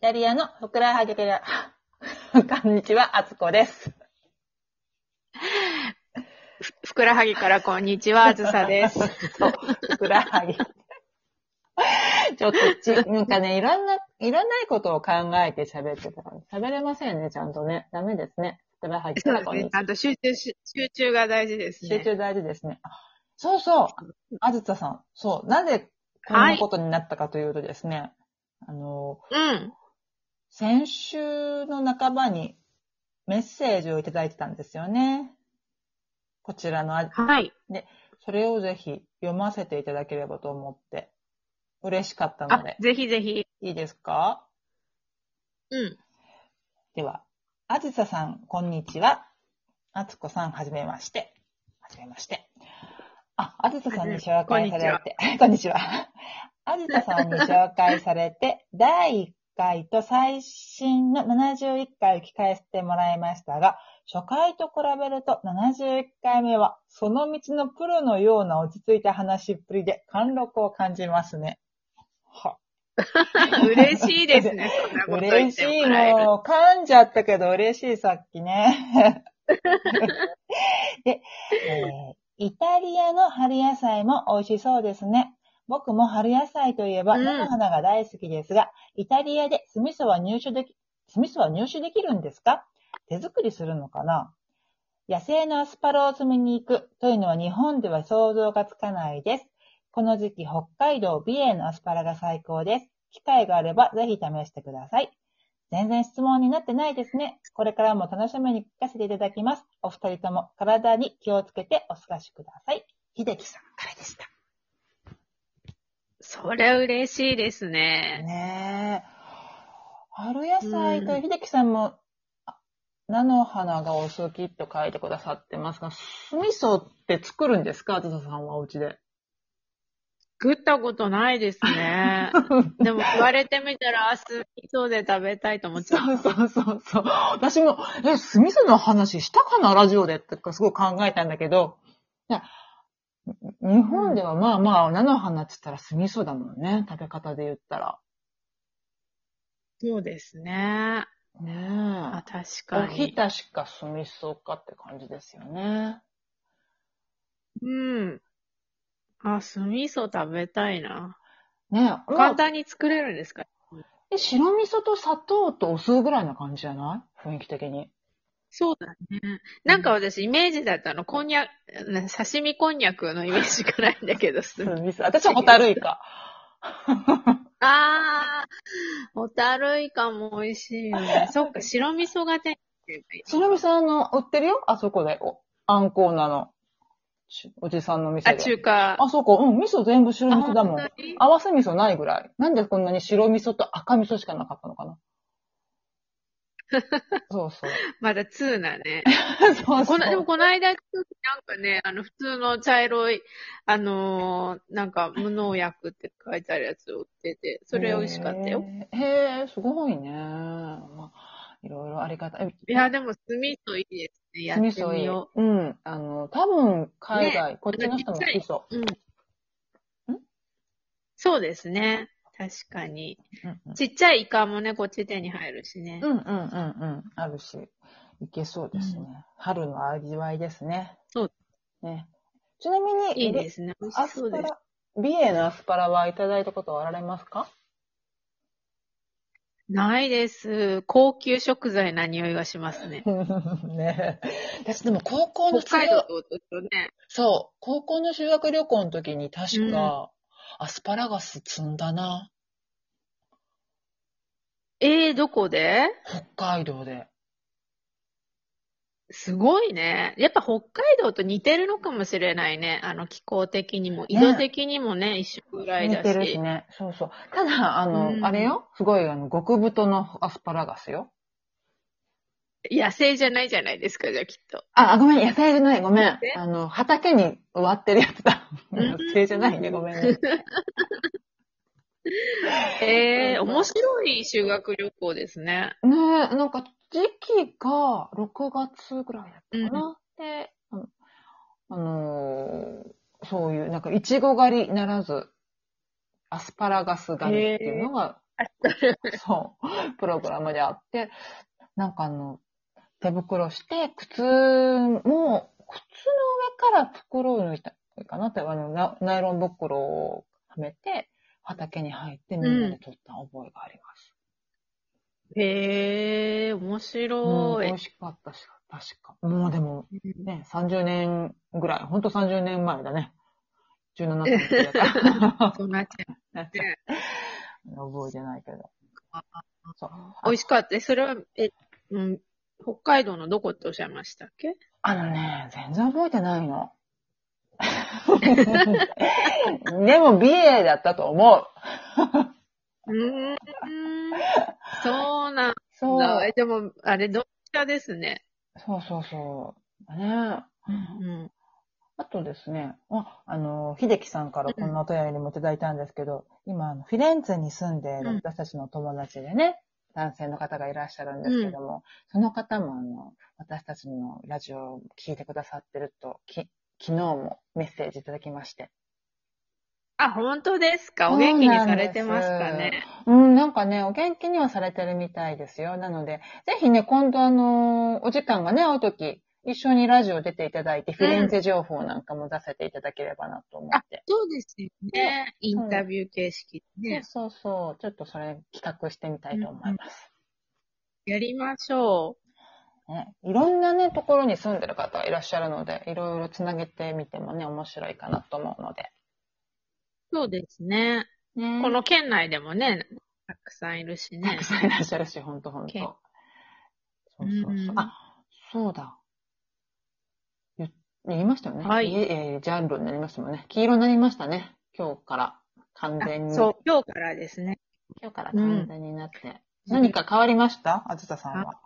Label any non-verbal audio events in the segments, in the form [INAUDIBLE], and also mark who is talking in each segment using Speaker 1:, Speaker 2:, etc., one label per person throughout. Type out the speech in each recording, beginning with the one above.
Speaker 1: キャリアのふくらはぎキャリア。 [LAUGHS] こんにちは、あつこです。
Speaker 2: ふくらはぎからこんにちは、あずさ [LAUGHS] です。
Speaker 1: そう、ふくらはぎ。ちょっとち、なんかね、いろんな、いろんないことを考えて喋ってたから、喋れませんね、ちゃんとね。ダメですね。ふくらはぎか
Speaker 2: そう
Speaker 1: ら
Speaker 2: です
Speaker 1: こんに
Speaker 2: ね。
Speaker 1: ち
Speaker 2: ちゃんと集中し、集中が大事です
Speaker 1: 集
Speaker 2: ね。
Speaker 1: 中大事ですね。そうそう、あずささん。そう、なぜこんなことになったかというとですね、あの、
Speaker 2: うん。
Speaker 1: 先週の半ばにメッセージをいただいてたんですよね。こちらのあ、
Speaker 2: はい。
Speaker 1: それをぜひ読ませていただければと思って、嬉しかったの
Speaker 2: あ
Speaker 1: で、、
Speaker 2: ぜひぜひ。
Speaker 1: いいですか
Speaker 2: うん。
Speaker 1: では、あずささん、こんにちは。あつこさん、はじめまして。はじめまして。あ、あずささんに紹介されて、 [LAUGHS] こんにちは。あずささんに紹介されて、 [LAUGHS] 第1回と最新の71回を聞き返してもらいましたが、初回と比べると71回目は、その道のプロのような落ち着いた話しっぷりで貫禄を感じますね。は
Speaker 2: 嬉しいです [LAUGHS] ね、そんなこと言
Speaker 1: 嬉
Speaker 2: っ
Speaker 1: してい、
Speaker 2: もらえる。
Speaker 1: もう、噛んじゃったけど嬉しい、さっきね。
Speaker 2: [LAUGHS]
Speaker 1: で、えーイタリアの春野菜も美味しそうですね。僕も春野菜といえば、
Speaker 2: うん
Speaker 1: 菜の花が大好きですが、イタリアで酢味噌は入手でき、酢味噌は入手できるんですか手作りするのかな野生のアスパラを摘みに行くというのは日本では想像がつかないです。この時期、北海道美瑛のアスパラが最高です。機会があればぜひ試してください。全然質問になってないですね。これからも楽しみに聞かせていただきます。お二人とも体に気をつけてお過ごしください。秀樹さんからでした。
Speaker 2: それ嬉しいですね。
Speaker 1: ねえ。春野菜と秀樹さんも、あ菜の花がお好きと書いてくださってますが、酢味噌って作るんですかあずささんはお家 [LAUGHS] で。
Speaker 2: 食ったことないです [LAUGHS] ね。でも言われてみたら、あ酢味噌で食べたいと思っちゃう。
Speaker 1: そうそうそうそう。私も、え、酢味噌の話したかなラジオでってかすごい考えたんだけど、いや日本ではまあまあ、菜の花って言ったら酢味噌だもんね。食べ方で言ったら。
Speaker 2: そうですね。あ、
Speaker 1: ね
Speaker 2: 確
Speaker 1: え。お
Speaker 2: か
Speaker 1: ひ
Speaker 2: に。
Speaker 1: たしか酢味噌かって感じですよね。
Speaker 2: うん。あ、酢味噌食べたいな。
Speaker 1: ねえ。まあ
Speaker 2: 簡単に作れるんですか
Speaker 1: え白味噌と砂糖とお酢ぐらいな感じじゃない雰囲気的に。
Speaker 2: そうだね。なんか私、イメージだったの、こんにゃく、な刺身こんにゃくのイメージがないんだけど、す
Speaker 1: 酢味噌。私はホタルイカ。
Speaker 2: [LAUGHS] あー、ホタルイカも美味しい
Speaker 1: [LAUGHS]
Speaker 2: よね。そっか、白味噌が手に入ればいい
Speaker 1: 白味噌あの、売ってるよあそこで。お、あんこうなの。ちおじさんの店
Speaker 2: あ、
Speaker 1: で。
Speaker 2: 中華。
Speaker 1: あ、そうか。うん、味噌全部白味噌だも
Speaker 2: あ
Speaker 1: ん
Speaker 2: 本。当に
Speaker 1: 合わせ味噌ないぐらい。なんでこんなに白味噌と赤味噌しかなかったの
Speaker 2: [LAUGHS]
Speaker 1: かなそうそう。
Speaker 2: まだ通なね。
Speaker 1: そうそ
Speaker 2: [LAUGHS] このでも
Speaker 1: う。
Speaker 2: この間行った時、なんかね、あの、普通の茶色い、あのーなんか、無農薬って書いてあるやつを売ってて、それ美味しかったよ。
Speaker 1: へー。へえ、すごいね。まあ、いろいろありがたい。
Speaker 2: いや、でも、酢味噌いいですね。やっ
Speaker 1: 酢味
Speaker 2: て
Speaker 1: 噌い
Speaker 2: み
Speaker 1: い。
Speaker 2: よ。
Speaker 1: うん。あの、多分、海外、こっちの人も好きそう
Speaker 2: うん。そうですね。確かに。
Speaker 1: う。うんうん
Speaker 2: ちっちゃいイカもね、こっち手に入るしね。
Speaker 1: うんうんうんうん。あるし、いけそうですね。
Speaker 2: う
Speaker 1: 春の味わいですね。
Speaker 2: そう。
Speaker 1: ね。ちなみに、
Speaker 2: いいですね。美味
Speaker 1: ア
Speaker 2: し
Speaker 1: ス
Speaker 2: そう
Speaker 1: パ
Speaker 2: です。
Speaker 1: ラ、美瑛のアスパラはいただいたことはあられますか
Speaker 2: ないです。高級食材な匂いがしますね。
Speaker 1: [LAUGHS] ね私でも高校の
Speaker 2: 北海
Speaker 1: 修
Speaker 2: 道
Speaker 1: 学、
Speaker 2: とね。
Speaker 1: そう、高校の修学旅行の時に確か、アスパラガス積んだな。
Speaker 2: えー、どこで
Speaker 1: 北海道で。
Speaker 2: すごいね。やっぱ北海道と似てるのかもしれないね。あの気候的にも、緯度的にもね、一緒ぐらい
Speaker 1: 似
Speaker 2: だ
Speaker 1: てる
Speaker 2: し。
Speaker 1: しね。そうそう。ただ、あの、
Speaker 2: うん
Speaker 1: あれよ。すごい、あの、極太のアスパラガスよ。
Speaker 2: 野生じゃないじゃないですか、じゃあきっと。
Speaker 1: あ、ごめん、野菜じゃない、ごめん
Speaker 2: え。
Speaker 1: あの、畑に植わってるやつだ。
Speaker 2: うん
Speaker 1: [LAUGHS] 野生じゃないね、ごめんね。
Speaker 2: えー、面白い修学旅行ですね。
Speaker 1: ねえ、なんか時期が6月ぐらいだったかな。で、あの、あのーそういう、なんか、いちご狩りならず、アスパラガス狩りっていうのが [LAUGHS] そう、プログラムであって、なんかあの、手袋して、靴も、靴の上から袋を抜いたかなって、あの、ナナイロン袋をはめて、畑に入ってみんなで撮った覚えがあります。
Speaker 2: へえ、面
Speaker 1: うん、
Speaker 2: 白
Speaker 1: 美
Speaker 2: い。
Speaker 1: 味しかったし、確か。もうでも、ね、30年ぐらい、ほんと30年前だね。17歳の時だから。
Speaker 2: そうなっちゃ [LAUGHS] ね
Speaker 1: 覚えてないけど。そう。
Speaker 2: う。美味しかった。それは、え、うん、北海道のどこっておっしゃいましたっけ
Speaker 1: あのね、全然覚えてない
Speaker 2: [LAUGHS]
Speaker 1: の。でも、美瑛だったと思う。
Speaker 2: うーん、そうなん
Speaker 1: そう。
Speaker 2: だ。えでも、あれ、どっちかですね。
Speaker 1: そうそうそう。ね。
Speaker 2: うん。
Speaker 1: あとですね、ああの、秀樹さんからこんなお便りもいただいたんですけど、今、あのフィレンツェに住んでいる
Speaker 2: うん
Speaker 1: 私たちの友達でね、男性の方がいらっしゃるんですけども、その方もあの、私たちのラジオを聞いてくださってると、き昨日もメッセージいただきまして。
Speaker 2: あ、本当ですかお元気にされてます
Speaker 1: そう
Speaker 2: か
Speaker 1: なんで
Speaker 2: ね
Speaker 1: うん、なんかね、お元気にはされてるみたいですよ。なので、ぜひね、今度あのーお時間がね、合うとき、一緒にラジオ出ていただいて、フィレンツェ情報なんかも出せていただければなと思って。
Speaker 2: そうですよね。インタビュー形式でね。
Speaker 1: そうそうそう、ちょっとそれ企画してみたいと思います。
Speaker 2: やりましょ
Speaker 1: ね、いろんなね、ところに住んでる方がいらっしゃるので、いろいろつなげてみてもね、面白いかなと思うので。
Speaker 2: う。そうですね。
Speaker 1: ね
Speaker 2: この県内でもね、たくさんいるしたね
Speaker 1: く。さんいらっしゃるし、ほんとほんと。
Speaker 2: け
Speaker 1: そうそうそうう。
Speaker 2: ん
Speaker 1: あ、そうだ。言言いましたよね。
Speaker 2: はい
Speaker 1: いええージャンルになりましたもんね。黄色になりましたね。今日から。完
Speaker 2: あ
Speaker 1: 全に。
Speaker 2: そう、今日からですね。
Speaker 1: 今日から
Speaker 2: うん
Speaker 1: 完全になって。何か変わりましたあずたさんは。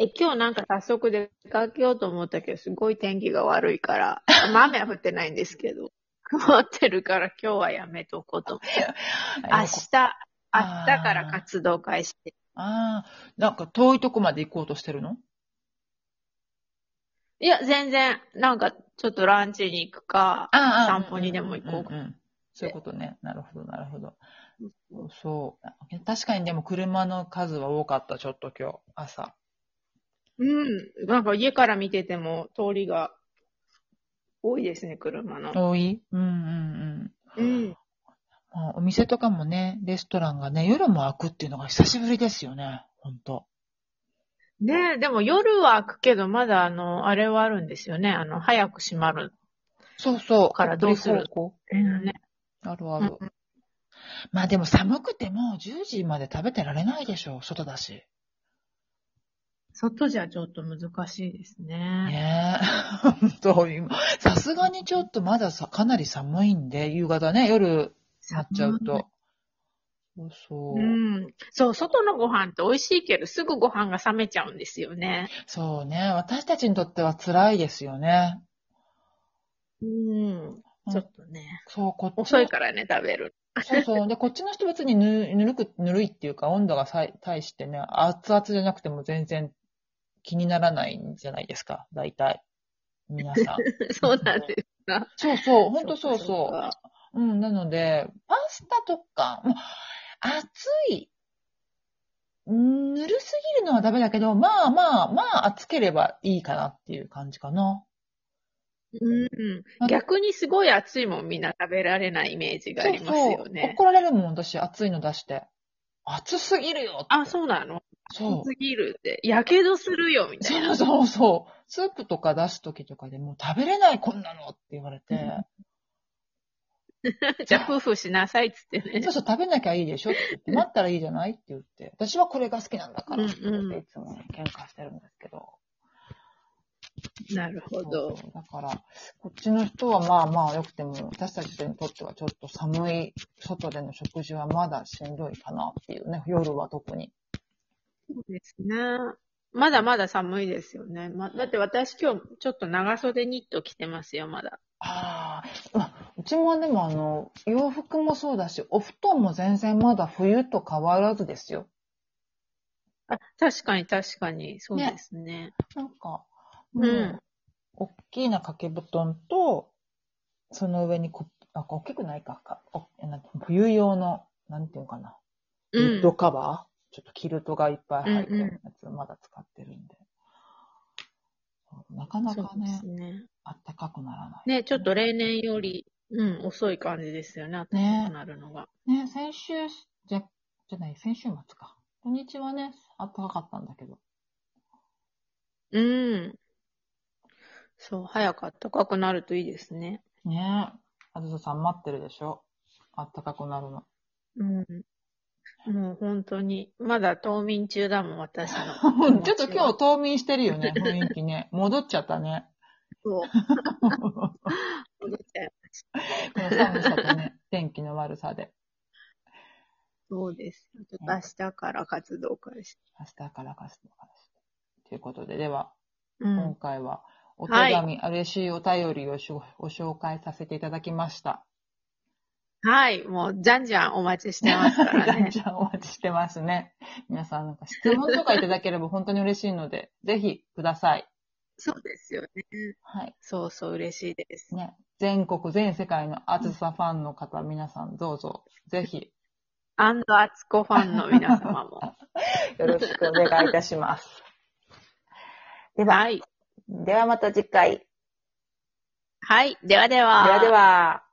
Speaker 2: え、今日なんか早速出かけようと思ったけど、すごい天気が悪いから、まあ雨は降ってないんですけど、 [LAUGHS] 曇ってるから今日はやめとこうと思って。明
Speaker 1: あ
Speaker 2: 日、明日から活動開始で。
Speaker 1: あー、なんか遠いとこまで行こうとしてるの
Speaker 2: いや、全然、なんかちょっとランチに行くか、
Speaker 1: あ
Speaker 2: 散歩にでも行こうか
Speaker 1: んんそういうことね。なるほど、なるほど。そう。確かにでも車の数は多かった、ちょっと今日、朝。
Speaker 2: うん、なんか家から見てても通りが多いですね、車の。
Speaker 1: 遠いうんうんうん。
Speaker 2: うん。
Speaker 1: まあお店とかもね、レストランがね、夜も開くっていうのが久しぶりですよね。ほんと。
Speaker 2: ねえ、でも夜は開くけど、まだあの、あれはあるんですよね。あの、早く閉まる。
Speaker 1: そうそう。
Speaker 2: からどうする
Speaker 1: こう
Speaker 2: ね。
Speaker 1: あるある。まあでも寒くても10時まで食べてられないでしょう。外だし。
Speaker 2: 外じゃちょっと難しいですね。
Speaker 1: ね [LAUGHS] え。ほんと、今さすがにちょっとまださ、かなり寒いんで、夕方ね、夜なっちゃうと。そうそう。
Speaker 2: うん。そう、外のご飯って美味しいけど、すぐご飯が冷めちゃうんですよね。
Speaker 1: そうね。私たちにとっては辛いですよね。
Speaker 2: うん。ちょっとね。
Speaker 1: そう、こっち
Speaker 2: 遅いからね、食べる。
Speaker 1: そうそう。で、こっちの人別にぬぬるく、ぬるいっていうか、温度がさい対してね、熱々じゃなくても全然気にならないんじゃないですか。大体。皆
Speaker 2: [LAUGHS]
Speaker 1: さん。
Speaker 2: [LAUGHS] そうなんです。
Speaker 1: そうそう。ほんとそう
Speaker 2: そっ
Speaker 1: そ
Speaker 2: か
Speaker 1: う。うん。なので、パスタとか、もう熱い。ぬるすぎるのはダメだけど、まあまあ、まあ、熱ければいいかなっていう感じかな。
Speaker 2: うん。逆にすごい暑いもんみんな食べられないイメージがありますよ
Speaker 1: そうそう
Speaker 2: ね。
Speaker 1: 怒られるもん、私、熱いの出して。熱すぎるよって。
Speaker 2: あ、そうなの
Speaker 1: そう。
Speaker 2: すぎるって。やけどするよ、みたい
Speaker 1: そう
Speaker 2: な。
Speaker 1: そうそう。スープとか出すときとかでもう食べれないこんなのって言われて、
Speaker 2: じゃあ、夫婦しなさいっつってね
Speaker 1: そう。そう食べなきゃいいでしょって言って、待ったらいいじゃないって言って、私はこれが好きなんだからって言
Speaker 2: うん
Speaker 1: っ
Speaker 2: う
Speaker 1: て
Speaker 2: ん
Speaker 1: いつもね喧嘩してるんですけど。
Speaker 2: なるほ
Speaker 1: そう
Speaker 2: ど。
Speaker 1: そうだから、こっちの人はまあまあ良くても、私たちにとってはちょっと寒い外での食事はまだしんどいかなっていうね、夜は特に。
Speaker 2: そうですね。まだまだ寒いですよね。ま、だって私今日ちょっと長袖ニット着てますよ、まだ。
Speaker 1: ああ、まあ、うちもでもあの、洋服もそうだし、お布団も全然まだ冬と変わらずですよ。
Speaker 2: あ、確かに確かに、そうですね。
Speaker 1: なんか、
Speaker 2: うん
Speaker 1: うん。大きいな掛け布団と、その上にこ、あ、大きくないか、かおなんか冬用のなんていうかな。ウ
Speaker 2: う
Speaker 1: ッ
Speaker 2: ん
Speaker 1: ド。カバーちょっとキルトがいっぱい入って
Speaker 2: うん
Speaker 1: る
Speaker 2: う
Speaker 1: やつをまだ使ってるんで。なかな
Speaker 2: そう
Speaker 1: か
Speaker 2: で
Speaker 1: ね
Speaker 2: す、ね。
Speaker 1: あったかくならない。
Speaker 2: ね、ちょっと例年より、うん、遅い感じですよね、
Speaker 1: ね
Speaker 2: 暖かくなるのが。
Speaker 1: ね、先週、じゃ、じゃない、先週末か。土日はね、暖かかったんだけど。
Speaker 2: うん。そう、早く暖かくなるといいですね。
Speaker 1: ねあずささん待ってるでしょ暖かくなるの。。
Speaker 2: うん。もう本当に、まだ冬眠中だもん、私
Speaker 1: [LAUGHS]
Speaker 2: の
Speaker 1: ちょっと今日冬眠してるよね、雰囲気ね。戻っちゃったね。 [LAUGHS]
Speaker 2: そう。
Speaker 1: この
Speaker 2: 戻っちゃい
Speaker 1: 寒さとね、天気の悪さで。
Speaker 2: そうです。ちょっと明日から活動開始。
Speaker 1: 明日からかすの話。ということで、では、
Speaker 2: う
Speaker 1: 今
Speaker 2: ん。
Speaker 1: 回は、お手
Speaker 2: はい
Speaker 1: 紙、嬉しいお便りをしょご紹介させていただきました。
Speaker 2: はい。もう、じゃんじゃんお待ちしてますか
Speaker 1: じ
Speaker 2: ら
Speaker 1: ゃん
Speaker 2: [LAUGHS] ね。
Speaker 1: じゃんお待ちしてますね。皆さん、なんか質問とかいただければ本当に嬉しいので、 [LAUGHS] ぜひください。
Speaker 2: そうですよね。
Speaker 1: はい。
Speaker 2: そうそう、嬉しいです。
Speaker 1: ね。全国、全世界の暑さファンの方、皆さんどうぞ、ぜひ、
Speaker 2: アンドアツコファンの皆様 [LAUGHS] も。
Speaker 1: よろしくお願いいたし
Speaker 2: [LAUGHS]
Speaker 1: ます。では、
Speaker 2: はい。
Speaker 1: ではまた次回。
Speaker 2: はい。ではでは。
Speaker 1: ではでは。